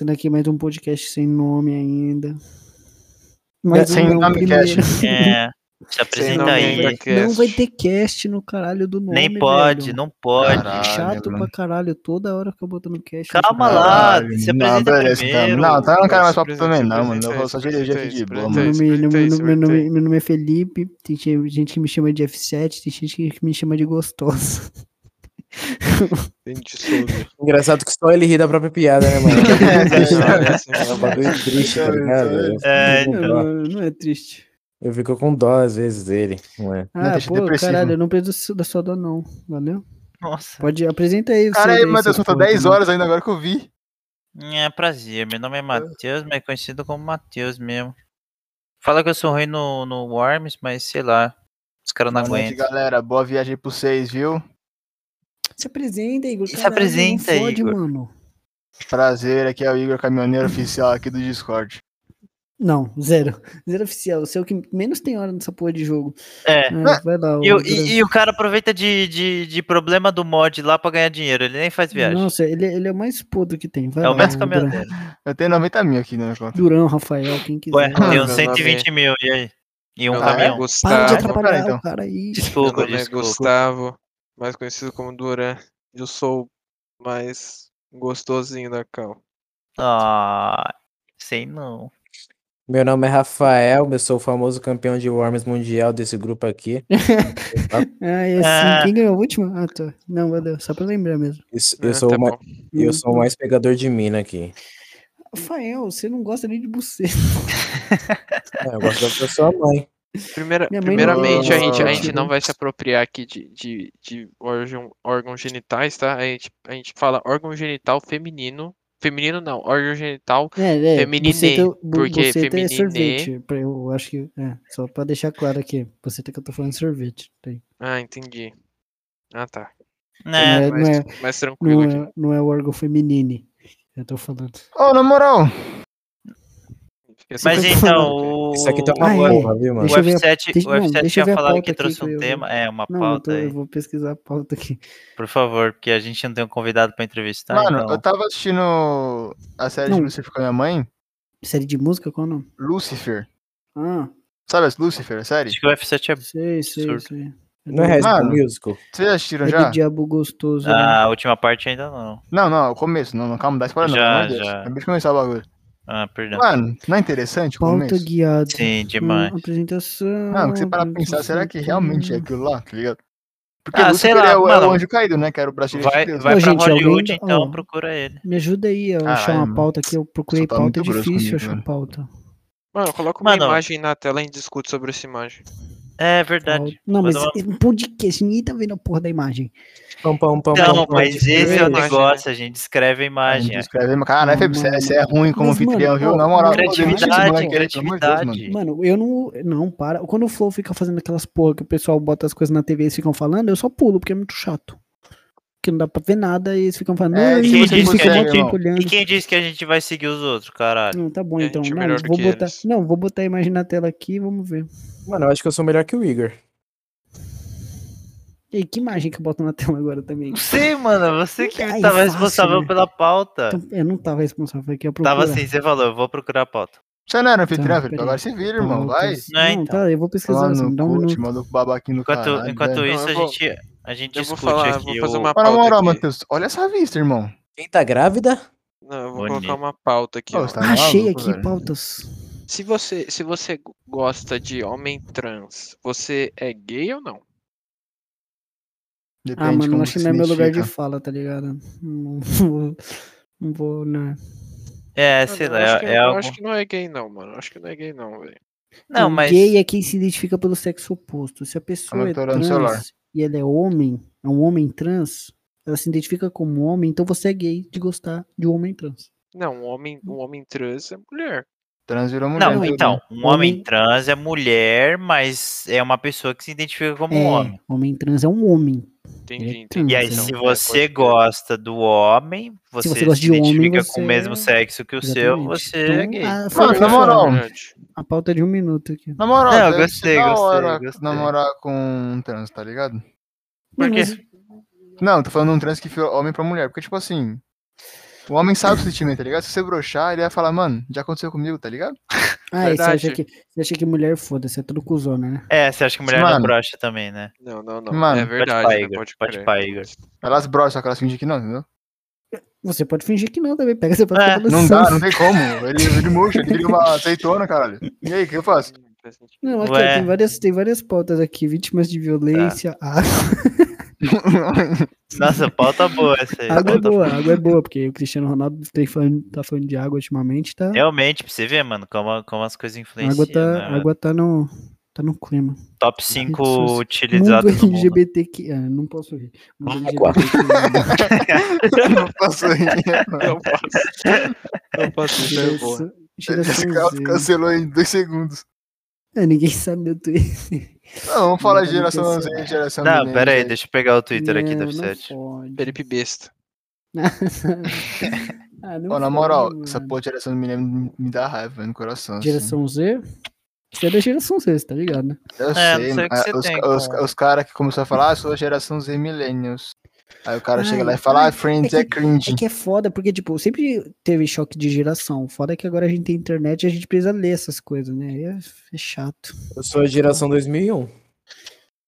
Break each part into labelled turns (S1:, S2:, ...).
S1: Tendo aqui mais um podcast sem nome ainda.
S2: É, sem
S1: não,
S2: nome,
S1: primeiro.
S3: É, se
S2: Sem
S3: apresenta
S2: nome
S3: aí.
S2: ainda, cast.
S1: Não vai ter cast no caralho do nome.
S3: Nem pode,
S1: um velho. É
S3: não pode.
S2: Caralho.
S1: Chato
S2: mano.
S1: pra caralho, toda hora que eu boto no cast.
S3: Calma
S1: eu fico-
S3: lá,
S2: Caralho.
S3: se apresenta
S2: Não, beleza, então.
S3: primeiro.
S2: Não, tá, eu não quero mais
S4: Se
S2: papo
S4: apresenta,
S2: também,
S4: se
S2: não, mano.
S4: apresenta
S2: Eu vou
S4: aí,
S2: só
S4: se
S2: dirigir aqui de
S4: apresenta aí,
S2: boa,
S4: se
S1: Meu
S2: mano.
S4: apresenta
S1: nome, meu, nome-
S4: aí,
S1: meu
S4: apresenta
S1: nome-
S4: aí.
S1: meu nome é Felipe, tem gente gente que me chama de F7, tem gente que me chama de gostosa.
S4: Dente solto.
S5: Engraçado que só ele ri da própria piada, né, mano?
S4: Olha assim,
S5: É um bagulho triste, tá ligado? Eu fico
S3: É,
S5: com dó.
S1: Não, não é triste.
S5: Eu fico com dó às vezes dele, não é?
S2: Não,
S1: Ah,
S2: deixa
S1: pô,
S2: depressivo.
S1: caralho, eu não preciso da sua dor não, valeu?
S3: Nossa.
S1: Pode, apresenta aí. você
S2: Caralho,
S1: daí,
S2: Matheus,
S1: seu né?
S2: falta
S1: porra
S2: 10
S1: também.
S2: horas ainda agora que eu vi.
S3: É prazer, meu nome é Matheus, mas é conhecido como Matheus mesmo. Fala que eu sou ruim no, no Worms, mas sei lá. Os caras não
S2: Boa noite,
S3: aguentam.
S2: galera. Boa viagem pra vocês, viu?
S1: Se apresenta, Igor.
S3: Se
S1: caralho,
S3: apresenta,
S1: não fode,
S3: Igor.
S1: mano.
S2: Prazer, aqui é o Igor Caminhoneiro Oficial aqui do Discord.
S1: Não, zero. Zero oficial. Você é o que menos tem hora nessa porra de jogo.
S3: É.
S1: É,
S2: Não,
S1: vai lá. ô,
S3: E, o-
S1: Duran.
S3: e- e o cara aproveita de, de, de problema do mod lá pra ganhar dinheiro. Ele nem faz viagem.
S1: Nossa, um ele, ele é o mais podre que tem. Vai
S3: é o
S1: lá,
S3: menos
S1: ô,
S3: caminhoneiro.
S1: Duran.
S2: Eu tenho 90 mil aqui né, na minha conta.
S1: Durão, Rafael, quem quiser.
S3: Ué, tem
S4: meu
S3: uns
S4: nome
S3: 120 mil, e aí? E um
S4: Meu nome é
S1: Para
S3: caminhão.
S1: de
S2: Tá,
S4: Gustavo.
S2: então,
S1: atrapalhar
S2: pera, então.
S1: o cara aí.
S4: Meu
S3: Desculpa,
S4: nome é
S3: desculpa.
S4: Gustavo, mais conhecido como Duran. Eu sou o mais gostosinho da Cal.
S3: Ah, sei não.
S5: Meu nome é Rafael, eu sou o famoso campeão de Worms mundial desse grupo aqui.
S1: Ah, é assim.
S3: Ah.
S1: Quem ganhou a última? Ah, tá. Não, valeu. Só pra lembrar mesmo.
S5: Eu, sou-
S3: Ah,
S4: É,
S5: eu
S3: tá
S4: tá
S5: sou, o mais, eu sou o mais pegador de mina aqui.
S1: Rafael, você não gosta nem de você.
S5: É, eu gosto da sua mãe.
S4: Primeira,
S1: Minha mãe não
S4: primeiramente, a
S2: gosta
S4: gente, a
S2: de
S4: gente não vai se apropriar aqui de, de, de órgão, órgãos genitais, tá? A gente, a gente fala órgão genital feminino. Feminino não, órgão genital.
S1: É, é.
S4: Feminine,
S1: buceta- bu-
S4: porque
S1: buceta é
S4: feminine-
S1: sorvete. pra- Eu acho que. É, só pra deixar claro aqui. Você que eu tô falando sorvete. tá aí.
S4: Ah, entendi. Ah, tá.
S1: não,
S3: Né?
S1: é,
S4: mais, mais tranquilo
S1: não,
S4: aqui.
S1: é, não é o órgão feminine. Eu tô falando.
S2: Ô, na moral,
S4: Esqueci
S3: Mas
S4: que eu tô
S3: então,
S4: falando,
S3: o,
S5: Isso aqui tá uma
S1: Ah, é.
S5: bomba, viu,
S3: o
S5: mano?
S1: Deixa eu ver a-
S3: F7,
S1: deixa-
S3: o
S1: não,
S3: F7
S1: deixa eu
S3: tinha
S1: ver a
S3: falado
S1: pauta
S3: que
S1: aqui
S3: trouxe
S1: que
S3: um
S1: eu-
S3: tema. É, uma
S1: Não, eu,
S3: pauta
S1: tô-
S3: aí.
S1: eu vou pesquisar a pauta aqui.
S3: Por favor, porque a gente não tem um convidado pra entrevistar,
S2: mano,
S3: então.
S2: eu tava assistindo a série de
S1: Não.
S2: Lucifer com a minha mãe.
S1: Série de música? Qual é o nome?
S2: Lucifer.
S1: Ah,
S2: Sabe as Lucifer, a série?
S3: Acho que o F7 é.
S1: sei, sei,
S3: Absurdo.
S1: sei.
S5: Não é High School
S2: Mano.
S5: Musical?
S2: Vocês já assistiram
S1: É
S2: já?
S1: do diabo gostoso. né?
S3: Ah, a última parte ainda não.
S2: Não, não, é o começo. Não, não, calma, dá spoiler
S3: Já,
S2: não. meu Deus.
S3: já.
S2: Acabei de começar o bagulho.
S3: Ah, perdão.
S2: Mano, não é interessante o
S1: Pauta
S2: começo?
S1: guiada.
S3: Sim,
S1: Ah,
S3: demais.
S1: apresentação. Hum,
S2: Mano, Ah, que você para pra pensar,
S1: apresentação,
S2: será que realmente é
S1: tema.
S2: aquilo lá, tá ligado? Porque
S3: Ah,
S2: Lúcifer
S3: sei lá,
S2: é, o, é o
S3: mano.
S2: anjo caído, né? Que era o braço direito
S3: Vai,
S2: de Deus.
S3: vai
S1: Ô,
S3: pra
S1: gente, alguém oh.
S3: Hollywood,
S1: dá-
S3: então
S1: ó.
S3: procura ele.
S1: Me ajuda aí a
S2: Caralho,
S1: achar uma
S2: Ah, é, mano.
S1: pauta aqui. Eu procurei
S2: Você tá
S1: pauta, é
S2: muito grosso
S1: difícil
S2: comigo,
S1: achar
S2: mano.
S1: pauta.
S4: Mano, coloca uma
S3: Mano.
S4: imagem na tela e a gente discute sobre essa imagem.
S3: É verdade.
S1: Pauta- Não, mas
S3: Manda
S1: é um podcast, ninguém tá vendo a porra da imagem.
S5: Pam, pam,
S1: Então,
S5: pam,
S3: Não,
S5: pam, tipo, pam.
S3: mas esse é o
S4: imagem, né?
S3: negócio, a gente escreve
S2: A
S3: a
S2: gente
S3: imagem. é.
S2: escreve, mas caralho, Felipe, você,
S1: mano.
S2: você é ruim como
S1: Hum, Mas, mano,
S2: anfitrião, viu?
S1: ó,
S2: Na moral,
S1: mano,
S2: Ah, pô, demite esse
S3: criatividade,
S2: moleque aí, pelo amor de Deus, mano.
S3: criatividade.
S1: Mano, eu não. Não, para. Quando o Flow fica fazendo aquelas porra que o pessoal bota as coisas na TV e eles ficam falando, eu só pulo, porque é muito chato. Porque não dá pra ver nada e eles ficam falando.
S2: É,
S1: não,
S3: quem
S1: eles
S3: disse que
S1: ficam
S3: é,
S1: muito
S2: irmão?
S1: tempo olhando.
S3: E quem disse que a gente vai seguir os outros, caralho?
S1: Não, tá bom
S4: A
S1: então.
S4: gente é
S1: Não,
S4: melhor do
S1: vou
S4: que
S1: botar,
S4: eles.
S1: não, vou botar a imagem na tela aqui, vamos ver.
S5: Mano, eu acho que eu sou melhor que o Igor.
S1: E aí, que imagem que eu boto na tela agora também?
S3: Não sei, mano. Você que
S1: Aí,
S3: tava
S1: é fácil,
S3: responsável
S1: né?
S3: pela pauta.
S1: Então, eu não tava responsável aqui, eu
S3: Tava
S1: procurar.
S3: assim, você falou, eu vou procurar a pauta.
S2: Você não era anfitrião,
S1: Tá,
S2: Felipe?
S1: peraí.
S2: Agora se vira,
S1: Tá,
S2: irmão,
S1: tá.
S2: vai.
S3: Não,
S1: Não,
S3: então.
S1: tá, eu vou
S2: Lá
S1: pesquisar,
S2: no
S1: assim, dá um
S2: cu,
S1: minuto.
S2: te manda pro babaquinho do
S3: Enquanto,
S2: caralho,
S3: enquanto
S2: velho.
S3: isso,
S4: Não, eu
S3: a
S4: vou-
S3: gente, a gente
S4: eu vou
S3: discute
S4: falar, eu
S3: aqui.
S4: vou fazer
S3: o-
S4: uma-
S2: Mas na
S4: pauta
S2: moral,
S4: aqui.
S2: Matheus, olha essa vista, irmão.
S5: Quem tá grávida?
S4: Não, eu vou
S3: Bonito.
S4: colocar uma pauta aqui,
S2: Ô,
S4: ó.
S2: você tá
S1: Achei
S2: maluco,
S1: aqui
S2: velho.
S1: pautas.
S4: Se você, se você go- gosta de homem trans, você é gay ou não?
S2: Depende
S1: Ah,
S2: de
S1: mano,
S2: como
S1: acho que
S2: você
S1: não é meu lugar de
S2: identifica.
S1: fala, tá ligado? Não vou, não vou, né?
S3: É, sei
S4: Mano,
S3: lá,
S4: eu acho que,
S3: é,
S4: eu
S3: algo.
S4: acho que não é gay não, mano. Eu acho que não é gay não, velho.
S3: Não,
S1: Então,
S3: mas.
S1: Gay é quem se identifica pelo sexo oposto. Se a pessoa é
S2: Ela tá olhando o
S1: trans
S2: celular.
S1: e ela é homem, é um homem trans, ela se identifica como homem, então você é gay de gostar de um homem trans.
S4: Não, um homem, um homem trans é mulher.
S2: Trans virou mulher.
S3: Não,
S2: viu?
S3: então, um homem,
S1: Homem-
S3: trans é mulher, mas é uma pessoa que se identifica como
S1: é,
S3: Um homem.
S1: homem trans é um homem.
S4: Entendi,
S1: É
S4: entendi.
S3: E aí,
S1: Então,
S3: se
S4: é,
S3: você
S4: pode crer.
S3: gosta do homem, você se,
S1: você gosta de homem,
S3: identifica com
S1: você-
S3: o mesmo sexo que o seu,
S1: Exatamente.
S3: você é
S1: Então,
S3: gay.
S1: a- foi
S2: Mano,
S1: o que
S2: na
S1: eu falei,
S2: moral,
S4: Verdade.
S1: A pauta é de um minuto aqui.
S2: Na moral,
S3: Não, É, eu
S2: deve ser
S3: gostei,
S2: da
S3: gostei,
S2: hora
S3: gostei.
S2: namorar com um trans, tá ligado?
S3: Por
S1: Não,
S3: quê?
S1: mas-
S2: Não, tô falando de um trans que foi homem pra mulher, porque, tipo assim, O homem sabe o sentimento, tá ligado? Se você broxar, ele vai falar, mano, já aconteceu comigo, tá ligado?
S1: Ah, e você
S4: Verdade.
S1: acha que, você acha que mulher foda-se, é tudo cuzona, né?
S3: É, você acha que mulher não
S2: Mano.
S3: brocha também, né?
S4: Não, não, não.
S2: Mano,
S4: é
S2: pode
S3: pá,
S4: verdade, né?
S3: Igor,
S4: pode
S3: pode
S4: crer.
S3: pá, Igor.
S2: Elas brocham, só que elas fingem que não, entendeu?
S1: Você pode fingir que não também, pega você pode
S3: É,
S1: ficar
S2: Não
S1: balançando.
S2: dá, não tem como. Ele, ele murcha, ele vira uma azeitona, caralho. E aí, o que eu faço?
S1: Não, aqui, ó,
S3: Ué.
S1: tem várias, tem várias pautas aqui. Vítimas de violência,
S3: Tá.
S1: água,
S3: Nossa, pauta boa essa aí.
S1: água é
S3: pauta
S1: boa, água é boa, porque o Cristiano Ronaldo tem falando- tá falando de água ultimamente, tá?
S3: Realmente, pra você ver, mano, como, como as coisas
S1: A água
S3: influenciam.
S1: tá,
S3: né,
S1: a
S3: mano?
S1: água tá no, tá no clima.
S3: Top
S1: Isso,
S3: 5
S1: isso.
S3: utilizados
S1: mundo
S3: no mundo.
S1: LGBT que. Ah, não posso rir. Mundo
S5: Água.
S1: LGBT
S2: Não faço isso.
S4: Eu posso. Eu posso
S1: que-
S3: é
S4: ser boa.
S1: Tira
S2: Esse
S1: seu
S2: cara
S1: zelo.
S2: cancelou em dois segundos.
S1: Ah, Ninguém sabe meu Twitter.
S2: Não, vamos falar
S1: Não,
S2: de geração
S1: não
S2: Z, geração
S3: Não,
S2: milênio, né?
S3: pera aí,
S2: gente.
S3: deixa eu pegar o Twitter aqui da
S1: É, Não, não
S3: F7.
S1: pode.
S4: Felipe Besta.
S1: Ah, não
S2: Ó, na
S1: pode,
S2: moral,
S1: mano.
S2: essa porra de geração do milênio me- me dá raiva no coração. assim.
S1: Geração Z? Você é da geração Z, você tá ligado, né?
S2: Eu
S3: É, não
S2: sei,
S3: sei o que
S2: mas
S3: você
S2: os,
S3: tem,
S2: os,
S3: cara.
S2: os caras que começaram a falar, ah, sou a geração Z Millennials. Aí o cara
S1: Ai,
S2: chega lá e fala,
S1: ai,
S2: ah, Friends
S1: é
S2: é,
S1: que-
S2: cringe.
S1: É que é foda, porque, tipo, sempre teve choque de geração. Foda é que agora a gente tem internet e a gente precisa ler essas coisas, né? Aí é, é chato.
S5: Eu sou a geração 2001.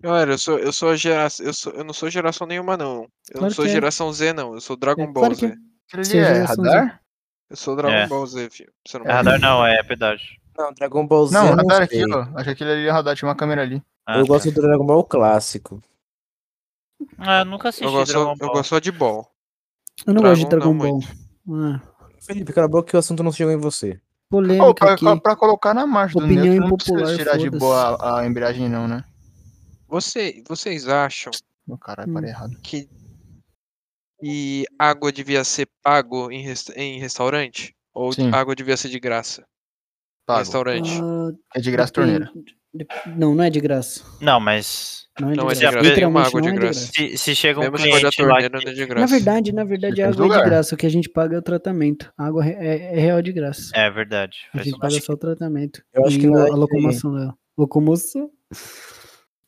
S4: Galera, eu sou, eu sou a geração. Eu, sou, eu não sou geração nenhuma, não. Eu não
S1: Claro
S4: sou
S1: que é.
S4: geração Z, não. Eu sou Dragon
S1: É,
S4: Ball
S1: claro que é.
S4: Z.
S2: Aquele
S1: Sim,
S2: ali é
S1: geração Z.
S2: radar?
S4: Eu sou Dragon
S3: É.
S4: Ball Z, filho. Você não
S3: É radar não, é pedágio.
S5: Não, Dragon Ball Z.
S2: Não,
S5: eu
S2: radar
S5: sei.
S2: aqui, ó. Acho que aquele ali é radar, tinha uma câmera ali.
S3: Ah,
S5: eu gosto do Dragon Ball clássico.
S3: Ah, eu nunca assisti
S4: Eu gosto,
S3: Dragon
S4: eu
S3: Ball.
S4: gosto só de Ball.
S1: Eu não
S4: Dragon
S1: gosto de Dragon
S4: não
S1: Ball. Ah,
S5: Felipe, cala a boca que o assunto não chegou em você.
S1: polêmica
S2: Ô, pra,
S1: aqui.
S2: pra colocar na marcha do
S1: Opinião
S2: neutro, não precisa
S1: impopular,
S2: tirar de
S1: foda-se.
S2: boa a, a embreagem não, né?
S4: Você, vocês acham
S2: Ô, caralho,
S1: Hum.
S2: parei errado.
S4: que e água devia ser pago em, resta- em restaurante? Ou
S2: Sim.
S4: água devia ser de graça em
S2: Pago.
S4: restaurante?
S1: Ah,
S2: É de graça a torneira.
S1: depende. Dep- Não, não é de graça.
S3: Não, mas
S1: Não é de
S4: Não é de
S1: graça.
S3: graça,
S1: Literalmente
S4: nenhuma água
S1: não
S4: de
S1: é de
S4: graça.
S1: graça.
S3: se, se chega um
S4: Mesmo se for da
S3: cliente lá
S4: torneira,
S3: que-
S4: não é de
S1: Na
S4: graça.
S1: verdade, na verdade, a
S2: Depende do
S1: água é de
S2: lugar.
S1: graça. O que a gente paga é o tratamento. A água re- é, é real de graça.
S3: É verdade.
S1: a
S3: Faz
S1: gente paga só o tratamento.
S5: Eu acho
S1: E
S5: que não
S1: a,
S5: é
S1: a
S5: de-
S1: locomoção dela. Locomoção?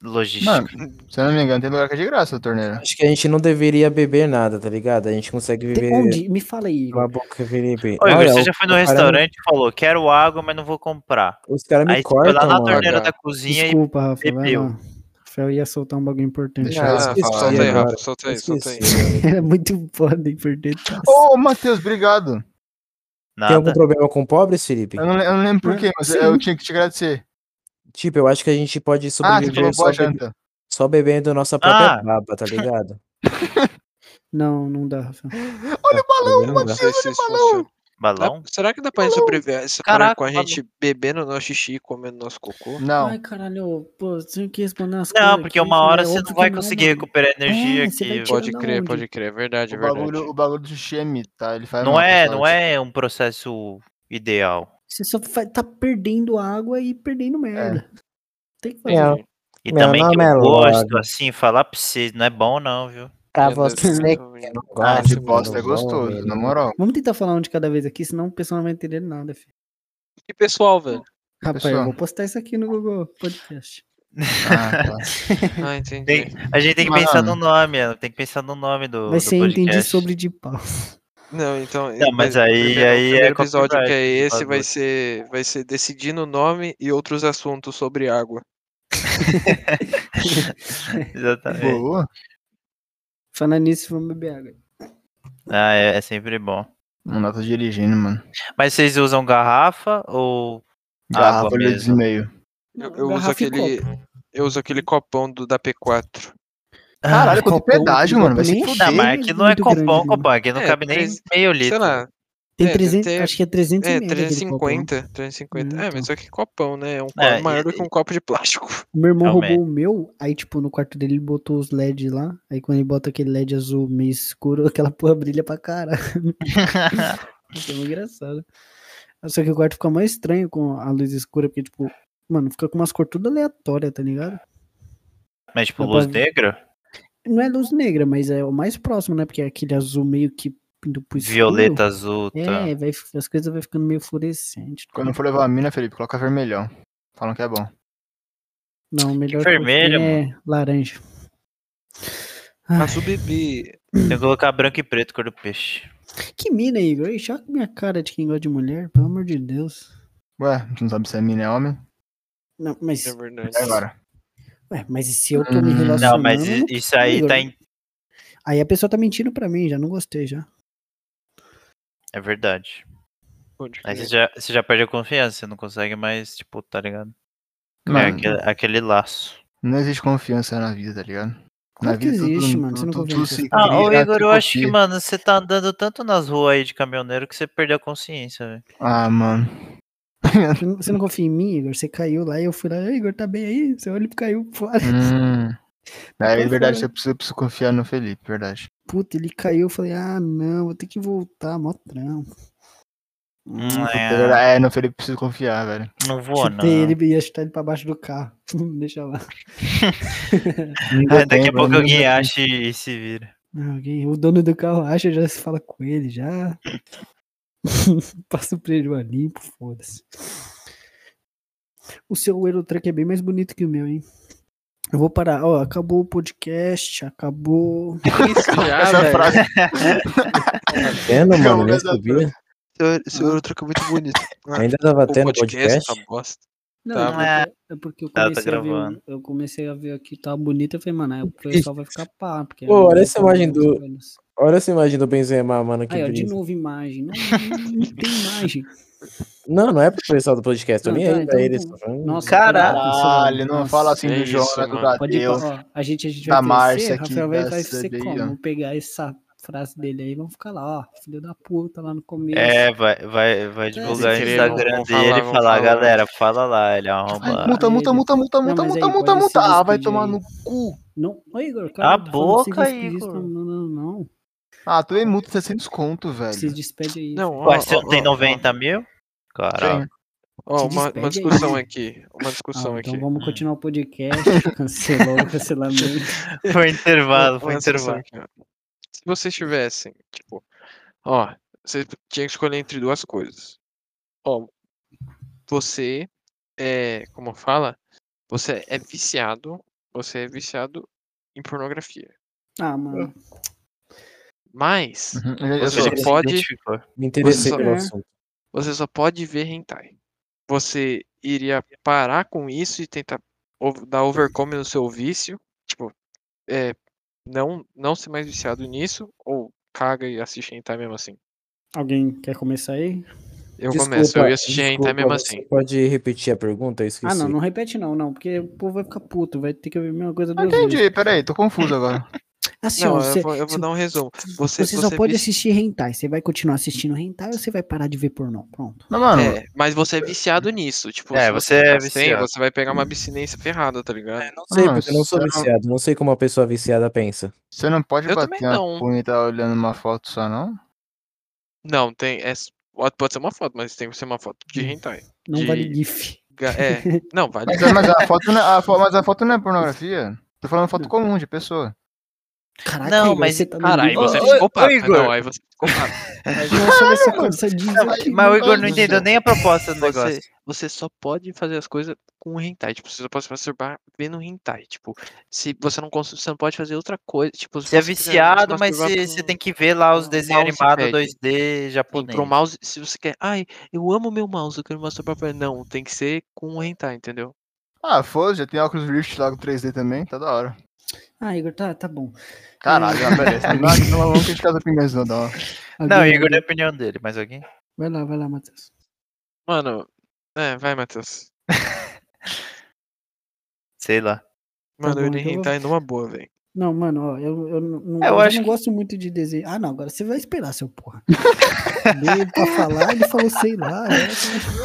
S3: logística.
S2: Mano, se eu não me engano, tem lugar que é de graça a torneira.
S5: Acho que a gente não deveria beber nada, tá ligado? A gente consegue
S1: Tem- um
S5: viver.
S1: Onde? Me fala aí. Igor.
S5: Cala a boca, Felipe.
S3: Ô, Igor,
S5: Olha,
S3: você
S5: o-
S3: já foi no
S5: o cara-
S3: restaurante e falou, quero água, mas não vou comprar.
S5: Os caras
S3: Aí
S5: Tá me
S3: você foi lá
S5: cortam,
S3: na
S5: mano.
S3: torneira
S4: H.
S3: da cozinha e
S1: Desculpa, Rafa, vai
S3: bebeu.
S1: lá. Rafael ia soltar um bagulho importante.
S2: Deixa ela
S4: Ah,
S5: esqueci
S4: solta aí,
S5: agora.
S4: Rafa, solta aí, solta aí.
S5: Esqueci.
S1: Era muito foda importante.
S2: Ô, Matheus, obrigado.
S5: Tem algum
S3: nada.
S5: problema com pobres, Felipe?
S2: Eu
S1: Ah.
S2: não, le- eu não lembro por quê, mas
S1: Sim.
S2: eu tinha que te agradecer.
S5: Tipo, eu acho que a gente pode
S2: Ah, você falou
S5: sobreviver só,
S2: boa
S5: be-
S2: janta.
S5: só bebendo nossa própria
S3: Ah.
S5: baba, tá ligado?
S1: Não, não dá, Rafael.
S5: Olha o balão,
S4: Não sei se isso funciona. Dá-
S3: Balão?
S4: Será que dá pra gente sobreviver
S3: Caraca,
S4: separar com a gente bebendo nosso xixi e comendo nosso cocô?
S2: Não,
S1: Ai, caralho, pô, você tem que é responder as coisas. né?
S3: Não, porque uma hora você não vai conseguir
S1: recuperar.
S3: recuperar energia
S1: É, você vai
S3: aqui.
S1: tirar
S4: Pode
S1: da
S4: crer,
S1: onde?
S4: pode crer. É verdade, é
S2: o
S4: verdade.
S2: bagulho, o bagulho do xixi é mito, tá? Ele faz
S3: Não
S2: mal pra
S3: é,
S2: saúde.
S3: não é um processo ideal.
S1: Você só fa- tá perdendo água e perdendo merda. Tem que fazer.
S5: É.
S3: E
S5: Meu
S3: também que
S5: nome
S3: eu
S5: é
S3: gosto,
S5: Logan.
S3: assim, falar pra vocês, não é bom não, viu?
S5: Pra
S1: é
S4: Meu Deus,
S5: você
S4: eu-
S5: que não
S2: Ah, de
S5: gosta,
S2: bosta é
S5: mano, vamos,
S2: gostoso,
S5: velho.
S2: na moral.
S1: Vamos tentar falar um de cada vez aqui, senão o pessoal não vai entender nada, filho.
S4: Que pessoal, velho.
S1: Rapaz, eu
S2: Pessoal.
S1: vou postar isso aqui no Google Podcast.
S2: Ah, tá.
S4: Ah,
S3: Tem-
S4: entendi.
S3: a gente tem que
S2: Mano.
S3: pensar no nome, Ana, tem que pensar no nome do,
S1: Vai
S3: do
S1: ser
S3: podcast.
S1: entendi sobre de pau.
S4: Não, então.
S3: Não, mas
S4: o
S3: aí-
S4: primeiro, o
S3: aí é
S4: primeiro episódio que
S3: copyright,
S4: é esse
S3: bagulho.
S4: vai ser, vai ser decidindo o nome e outros assuntos sobre água.
S3: Exatamente.
S2: Boa.
S1: Falando nisso, vamos beber água.
S3: Ah, é, é sempre bom.
S2: Não dá, tô dirigindo, mano.
S3: Mas vocês usam garrafa ou...
S2: Garrafa,
S3: Água
S2: olho
S3: mesmo.
S2: desmeio.
S4: Eu,
S1: Não,
S4: eu uso
S1: garrafa e
S4: aquele,
S1: copo.
S4: eu uso aquele copão do, da P4.
S2: Caralho, quanto
S1: copão,
S2: pedágio, mano. Vai se
S1: nem é
S3: Não,
S1: Sim,
S2: fuder.
S3: Ah, mas aqui não é
S1: um muito
S3: copão,
S1: grande, né?
S3: copão, aqui não
S4: É,
S3: cabe nem
S4: três-
S3: meio litro.
S4: sei lá,
S1: Tem
S4: É,
S1: 300,
S4: tem-
S1: acho que é 300
S4: é
S1: ml aquele copo,
S4: 350, 350. É,
S1: Então.
S4: mas só que copão, né? É um copo
S3: É,
S4: maior
S3: e-
S4: do que um copo de plástico.
S1: né? Meu irmão
S3: Realmente.
S1: roubou o meu, aí tipo, no quarto dele ele botou os LEDs lá, aí quando ele bota aquele LED azul meio escuro, aquela porra brilha pra caralho. Isso é muito engraçado. Só que o quarto fica mais estranho com a luz escura, porque tipo, mano, fica com umas cores tudo aleatórias, tá ligado?
S3: Mas tipo,
S1: Dá
S3: luz
S1: pra-
S3: negra?
S1: Não é luz negra, mas é o mais próximo, né? Porque é aquele azul meio que indo pro escuro.
S3: Violeta, azul, tá.
S1: É, vai, fi- as coisas vai ficando meio fluorescente.
S2: Quando for levar a mina, Felipe, coloca vermelhão. Falam que é bom.
S1: Não, melhor
S3: vermelho,
S1: que é laranja.
S4: Mas o bebê.
S3: Tem que colocar branco e preto, cor do peixe.
S1: Que mina, Igor? Ixi, olha minha cara de quem gosta de mulher, pelo amor de Deus.
S2: Ué, tu não sabe se é mina ou é homem?
S1: Não, mas,
S4: É verdade.
S2: É agora.
S1: ué, mas e se eu tô me
S2: Hum,
S1: relacionando?
S3: Não, mas i- isso aí
S1: Igor,
S3: tá. Em...
S1: Aí a pessoa tá mentindo pra mim, já não gostei já.
S3: É verdade.
S4: Pode
S1: É.
S3: Aí você
S4: crer.
S3: já, você já perde a confiança, você não consegue mais, tipo, tá ligado?
S2: Não,
S3: É aquele, aquele laço.
S2: não existe confiança na vida, tá ligado?
S1: Claro
S2: na
S1: que
S2: vida
S1: existe,
S2: tudo,
S1: mano, você
S2: Tudo,
S1: não
S2: tudo,
S1: confia
S2: se
S1: nessas
S3: Ah, ô
S2: cria,
S3: Igor,
S2: se
S3: eu acho que,
S2: copia.
S3: mano, você tá andando tanto nas ruas aí de caminhoneiro que você perdeu a consciência, velho.
S2: Ah, mano.
S1: Você não- Você não confia em mim, Igor? Você caiu lá e eu fui lá, "Ei, Igor, tá bem aí? Você olha e caiu fora.
S2: Hum.
S1: Então
S2: É verdade,
S1: foi.
S2: você precisa, precisa confiar no Felipe, verdade.
S1: Puta, ele caiu, eu falei, ah, não, vou ter que voltar, mó trampo.
S3: Hum,
S2: É,
S3: é,
S2: é, no Felipe preciso confiar, velho.
S3: não vou, não.
S1: Chutei ele ia chutar ele pra baixo do carro. Deixa lá.
S2: Nunca
S3: Ah, Daqui
S2: tem,
S3: a pouco
S2: mano,
S3: alguém
S2: nunca tem.
S3: acha e e se vira.
S1: Não, Alguém, o dono do carro acha, já se fala com ele, já. Passa o prejuízo a limpo, foda-se. O seu Eurotruck é bem mais bonito que o meu, hein? Eu vou parar. Ó, acabou o podcast, acabou.
S4: Isso já,
S2: Essa
S4: velho.
S2: frase,
S5: Tá Vendo, mano?
S2: Não,
S5: Nem
S2: mas dá
S5: sabia.
S4: Esse ouro troca é muito bonito.
S5: Ainda tava tá tendo
S2: tá
S5: podcast.
S4: essa é bosta.
S1: Não,
S4: Tá,
S1: é, porque, é porque eu
S3: tá
S1: comecei a ver.
S3: gravando.
S1: Eu comecei a ver aqui, tá bonito. Eu falei, mano, aí o pessoal vai ficar pá. Porque é
S5: Pô,
S1: não
S5: olha
S1: vai
S5: essa
S1: ter
S5: imagem
S1: muitas
S5: do-
S1: coisas.
S5: Olha essa imagem do Benzema, mano. Que
S1: Aí, ó, de
S5: brisa.
S1: novo imagem. Não, não, não tem imagem.
S5: Não, não é pro pessoal do podcast. Tô
S1: Não,
S5: nem
S1: tá,
S5: aí pra
S1: então
S5: eles.
S1: não.
S5: tô falando.
S1: Nossa,
S3: Caralho,
S2: Caralho, não
S1: Nossa.
S2: fala assim do
S4: é
S2: João,
S4: isso,
S2: do
S4: mano.
S1: Pode ir
S2: Tadeu.
S1: pra, ó, a gente, a gente
S2: Da
S1: vai
S2: Márcia
S1: crescer,
S2: aqui,
S1: Rafael vai, vai
S2: graças a
S1: ser
S2: Deus,
S1: como?
S2: ó.
S1: Vou pegar essa frase dele aí, vamos ficar lá, ó, filho da puta lá no começo.
S3: É, vai, vai, vai divulgar o
S4: querer,
S3: Instagram
S4: vamos
S3: dele
S4: falar,
S3: e
S4: vamos
S3: falar,
S4: falar.
S3: galera, fala lá, ele é
S2: Ai,
S3: arrombado.
S2: multa, multa, multa, multa, multa,
S1: mas aí
S2: multa, multa,
S1: pode se
S2: multa. Ah, vai
S1: despedir
S2: tomar
S1: aí.
S2: no cu.
S1: Não, ô Igor,
S3: Cala
S1: cara,
S3: a
S1: tô falando, se
S3: boca,
S1: despede,
S3: Igor.
S1: Não, não, não, não.
S2: Ah, tu é multa, você é sem desconto,
S1: Se
S2: velho.
S1: despede aí.
S4: Não, ó,
S3: Ué, você
S4: ó,
S3: não tem
S4: ó,
S3: 90 mil? Caraca.
S4: Ó, ó,
S1: Se
S4: uma, uma
S1: despede aí.
S4: discussão aqui. Uma
S1: Ah,
S4: discussão
S1: então
S4: aqui.
S1: vamos continuar o podcast. Cancelou o cancelamento.
S3: Foi
S4: Uma-
S3: intervalo, foi
S4: uma
S3: intervalo.
S4: discussão aqui, ó. Se vocês tivessem, tipo, ó, você tinha que escolher entre duas coisas. Ó, você é, como fala, você é viciado, você é viciado em pornografia.
S1: Ah, mano.
S4: Mas
S2: Uhum. Eu
S4: Você
S2: sou-
S4: já pode-
S3: identificou.
S5: Me interessei
S4: Você-
S5: pelo
S1: É.
S5: assunto.
S4: Você só pode ver hentai. Você iria parar com isso e tentar ov- dar overcome no seu vício? Tipo, é, não, não ser mais viciado nisso? Ou caga e assiste hentai mesmo assim?
S1: Alguém quer começar aí?
S4: Eu começo, eu ia assistir hentai
S5: desculpa,
S4: mesmo
S5: Você
S4: assim.
S5: pode repetir a pergunta? Eu esqueci.
S1: Ah, não, não repete não, não, porque o povo vai ficar puto, vai ter que ouvir a mesma coisa
S2: Não
S1: duas vezes.
S2: Ah, entendi, peraí, tô confuso agora.
S1: Assim,
S4: Não,
S1: ó,
S4: eu
S1: você-
S4: vou, eu vou
S1: se-
S4: dar um resumo. Você,
S1: você só
S4: você é
S1: pode
S4: vici-
S1: assistir hentai, você vai continuar assistindo hentai ou você vai parar de ver pornô? Pronto.
S2: Não, mano,
S4: é, mas você é viciado nisso. Tipo,
S3: É,
S4: se
S3: você é
S4: ficar sem,
S3: viciado.
S4: você vai pegar uma abstinência ferrada, tá ligado?
S5: não sei,
S2: Ah,
S5: porque eu não sou
S2: você não-
S5: viciado. Não... sei como uma pessoa viciada pensa.
S2: você não pode assim,
S4: Eu
S2: bater
S4: também
S2: uma
S4: não.
S2: punheta tá olhando uma foto só, não?
S4: Não, tem. É, s- pode pode ser uma foto, mas tem que ser uma foto de
S1: Hum.
S4: hentai.
S1: Não
S4: De-
S1: vale GIF.
S4: Ga- É, não, vale.
S2: Mas, mas a foto não é, a fo- mas a foto não é pornografia. Tô falando foto comum de pessoa.
S1: Caraca,
S3: Não,
S1: Igor,
S3: mas
S1: você tá no
S4: Caralho,
S1: nível-
S4: você
S3: Ô,
S4: é
S3: ô, ô,
S4: psicopata.
S3: Igor.
S4: Não, aí você é psicopata.
S1: Nossa, olha essa coisa, essa diz
S2: mas-
S1: aqui,
S3: Mas o
S1: mano.
S3: Igor não
S2: Mano,
S3: entendeu nem a proposta do
S4: Você,
S3: negócio.
S4: você só pode fazer as coisas com hentai. Tipo, você só pode se masturbar vendo hentai. Tipo, se você não cons- você não pode fazer outra coisa. Tipo, se
S3: Você é
S4: quiser
S3: viciado,
S4: se
S3: mas
S4: masturbar
S3: você, você
S4: com-
S3: tem que ver lá os
S4: um
S3: desenhos animados
S4: mousepad.
S3: 2D
S4: com-
S3: japonês.
S4: pro mouse. Se você quer, ai, eu amo meu mouse, eu quero me masturbar. pra-" Não, tem que ser com hentai, entendeu?
S2: Ah, foda, já tem óculos Rift lá com 3D também, tá da hora.
S1: Ah, Igor, tá, tá bom.
S2: Caralho, ah, beleza. Não, não vamos criticar as opiniões, não, da hora.
S3: Não,
S1: Alguém-
S3: Igor é a opinião dele, mas alguém?
S1: Vai lá, vai lá, Matheus.
S4: Mano, é, vai, Matheus.
S3: Sei lá. Tá
S4: Mano, eu
S1: bom, então
S4: li
S1: eu vou-
S4: hentai numa boa, velho.
S1: Não, mano, ó, eu, eu, não,
S3: Eu
S1: eu
S3: acho
S1: não
S3: que-
S1: gosto muito de desenho. Ah, não, agora você vai esperar, seu porra. Dei ele pra falar, ele falou, sei lá. né?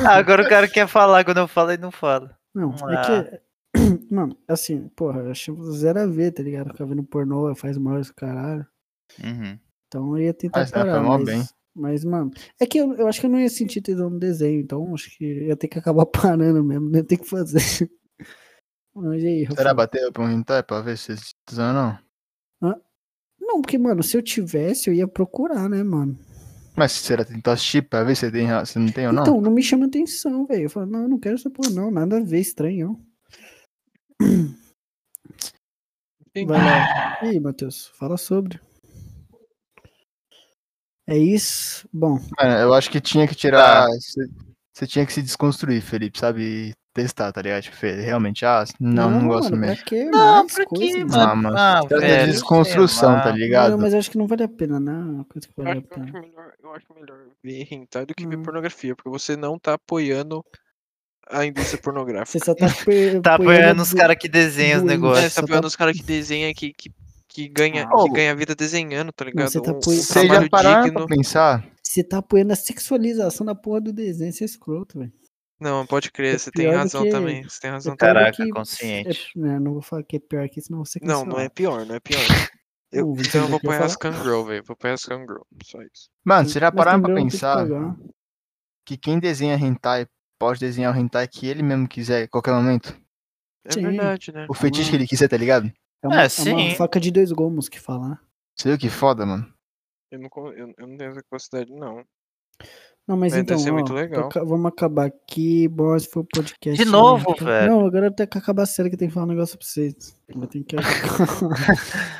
S3: Ah, agora o cara quer falar, quando eu falo, ele não fala.
S1: Não, é que. Mano, assim, porra, eu acho zero a ver, tá ligado? Ficar vendo pornô, faz mal esse caralho.
S3: Uhum.
S1: Então eu ia tentar
S2: Ah, você vai
S1: parar,
S2: foi mal
S1: mas,
S2: bem.
S1: mas, mano, é que eu, eu acho que eu não ia sentir tesão no desenho, então acho que eu ia ter que acabar parando mesmo, não ia ter que fazer. Mas e aí,
S2: Será
S1: Rafael?
S2: bater pra um hentai pra ver se vocês ou não?
S1: Não, porque, mano, se eu tivesse, eu ia procurar, né, mano?
S2: Mas será que tentar assistir pra ver se tem, se não tem ou não?
S1: então, não me chama atenção, velho. Eu falo, não, eu não quero essa porra, não, nada a ver, estranho. Vai lá. E aí, Matheus, fala sobre. É isso? Bom,
S2: Mano, eu acho que tinha que
S4: Tá.
S2: tirar. Você você tinha que se desconstruir, Felipe, sabe? E testar, tá ligado? Tipo, Fê, realmente, ah, não, não, gosto
S1: mano, pra
S2: mesmo.
S1: quê?
S3: Não,
S1: Mais
S3: pra
S1: coisa,
S3: quê,
S1: mano?
S2: Ah,
S3: mano?
S2: mano,
S3: Ah,
S2: Trata
S4: É,
S3: velho,
S2: de
S3: sei
S2: desconstrução,
S3: lá.
S2: tá ligado?
S1: Não, mas eu acho que não vale a pena, não. É uma coisa que
S4: Eu
S1: vale
S3: Uhum.
S1: a
S4: acho, eu acho
S1: pena.
S4: melhor, eu acho melhor ver hentai do que ver
S1: Hum.
S4: pornografia, porque você não tá apoiando a indústria pornográfica.
S1: Você só tá per-
S3: Tá apoiando os
S1: do-
S3: caras que desenham os
S1: doente.
S4: É,
S3: negócios.
S4: você
S1: só
S4: tá
S1: tá-
S4: apoiando os caras que desenham, que, que, que ganha,
S2: Ah,
S4: que
S2: ô.
S4: ganha vida desenhando, tá ligado?
S1: você tá
S4: um, um
S1: apoiando-
S2: Vocês já
S4: trabalho
S2: pararam
S4: digno.
S2: pra pensar?
S1: Você tá apoiando a sexualização da porra do desenho, você é escroto, velho.
S4: Não, pode
S1: É
S4: crer, você tem
S1: pior do
S4: razão
S1: que-
S4: também. Você tem razão
S1: pior do
S4: também.
S3: Caraca,
S1: que-
S3: consciente.
S1: É, né, não vou falar que é pior que isso, não. Você
S4: Não, não é pior, não é pior. Eu,
S1: Não, você
S4: então eu
S1: não
S4: vou
S1: quer
S4: apoiar
S1: falar?
S4: as Kangaroo, velho. Vou apoiar as Kangaroo. Só isso.
S2: Mano, vocês já pararam
S1: é um
S2: pra pensar que quem desenha hentai pode desenhar o hentai que ele mesmo quiser, a qualquer momento?
S4: É
S1: Sim.
S4: verdade, né?
S2: O feitiço que ele quiser, tá ligado?
S1: É, uma,
S3: É,
S1: é uma
S3: sim.
S1: faca de dois gomos que falar.
S2: Você viu que foda, mano?
S4: Eu não, con- eu, eu não tenho essa capacidade, não.
S1: Não, mas
S4: É, deve
S1: então,
S4: ser
S1: ó,
S4: muito legal.
S1: toca- vamos acabar aqui. Bom, esse foi o podcast.
S3: De novo,
S1: Tá-
S3: velho.
S1: Não, agora tem que acabar a série que tem que falar um negócio pra vocês. Eu tenho que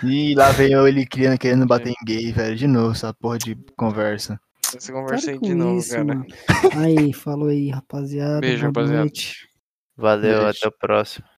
S2: E lá veio ele criando, querendo bater em gay, velho. De novo, essa porra de conversa.
S4: Essa conversa aí
S1: Para
S4: de
S1: com
S4: novo,
S1: isso,
S4: cara.
S1: mano. Aí, falou aí, rapaziada.
S4: Beijo,
S1: boa
S4: rapaziada.
S1: Noite.
S3: Valeu,
S2: Beijo.
S3: até o próximo.